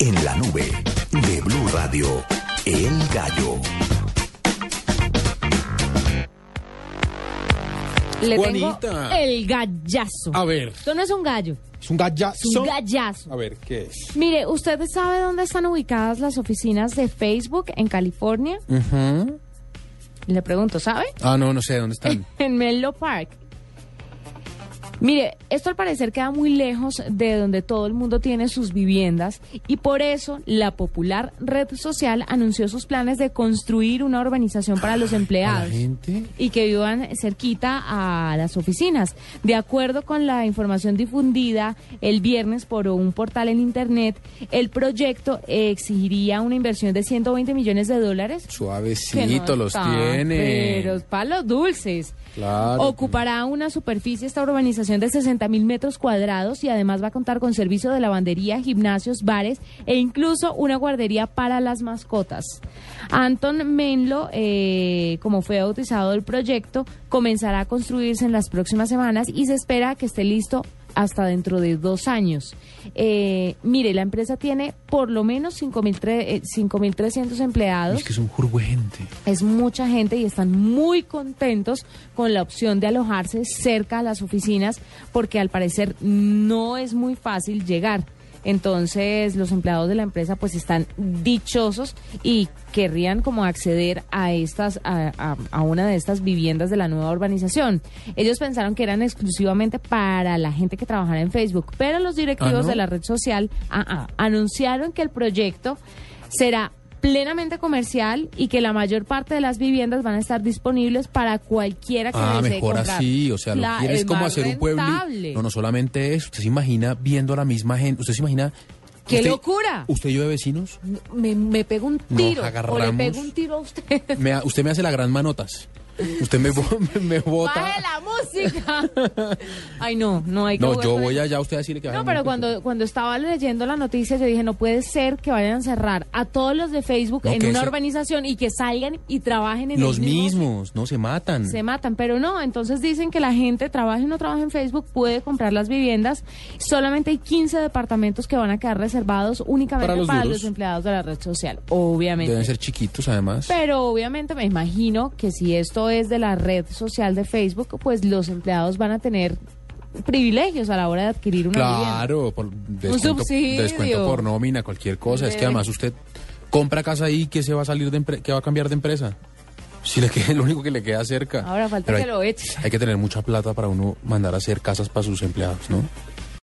En la nube de Blue Radio, El Gallo. Le tengo Juanita. Ah. el gallazo. A ver, Esto no es un gallo, es un gallazo. es un gallazo. A ver, ¿qué es? Mire, ¿usted sabe dónde están ubicadas las oficinas de Facebook en California? Le pregunto, ¿sabe? Ah, no, no sé dónde están. en Menlo Park. Mire, esto al parecer queda muy lejos de donde todo el mundo tiene sus viviendas y por eso la popular red social anunció sus planes de construir una urbanización para los ¿A Ah, la empleados gente? y que vivan cerquita a las oficinas. De acuerdo con la información difundida el viernes por un portal en Internet, el proyecto exigiría una inversión de 120 millones de dólares que no Suavecito los está, tiene. Pero palos dulces. Claro. Ocupará una superficie esta urbanización de 60 mil metros cuadrados y además va a contar con servicio de lavandería, gimnasios, bares e incluso una guardería para las mascotas. Anton Menlo, eh, como fue bautizado el proyecto, comenzará a construirse en las próximas semanas y se espera que esté listo hasta dentro de dos años. Eh, mire, la empresa tiene por lo menos eh, 5.300 empleados. Es que es un jurgo de gente. Es mucha gente y están muy contentos con la opción de alojarse cerca a las oficinas porque al parecer no es muy fácil llegar. Entonces los empleados de la empresa pues están dichosos y querrían como acceder a estas a, a- a una de estas viviendas de la nueva urbanización. Ellos pensaron que eran exclusivamente para la gente que trabajara en Facebook, pero los directivos ¿no? de la red social ah, ah, anunciaron que el proyecto será plenamente comercial y que la mayor parte de las viviendas van a estar disponibles para cualquiera que Ah, desee mejor comprar. así, o sea, lo La- quieres es como más hacer un pueblo. rentable. No, no solamente eso. Usted se imagina viendo a la misma gente. Usted se imagina. ¡Qué usted- locura! ¿Usted y yo de vecinos? Me, me pego un Nos tiro o le agarramos. pego un tiro a usted. Me ha- usted me hace la gran manotas. Usted me, bo- me- me bota. ¡Baje la música! Ay, no, no hay que No, jugar yo con voy eso. allá a usted a decirle que baje No, la pero música. cuando, cuando estaba leyendo la noticia, yo dije, no puede ser que vayan a cerrar a todos los de Facebook No, en que una se- urbanización y que salgan y trabajen en el Los mismo- mismos, no se matan. se matan, pero no, entonces dicen que la gente trabaje o no trabaje en Facebook puede comprar las viviendas, solamente hay 15 departamentos que van a quedar reservados únicamente Para para los los, duros. empleados de la red social, obviamente. Deben ser chiquitos, además. Pero obviamente me imagino que si esto es de la red social de Facebook, pues los empleados van a tener privilegios a la hora de adquirir una vivienda. Claro, por descuento, subsidio. descuento por nómina, cualquier cosa. Es que Eh. además usted compra casa ahí, que se va a salir de empre- que va a cambiar de empresa? Si le queda, lo único que le queda cerca. Ahora falta Pero que hay- lo echen. Hay que tener mucha plata para uno mandar a hacer casas para sus empleados, ¿no?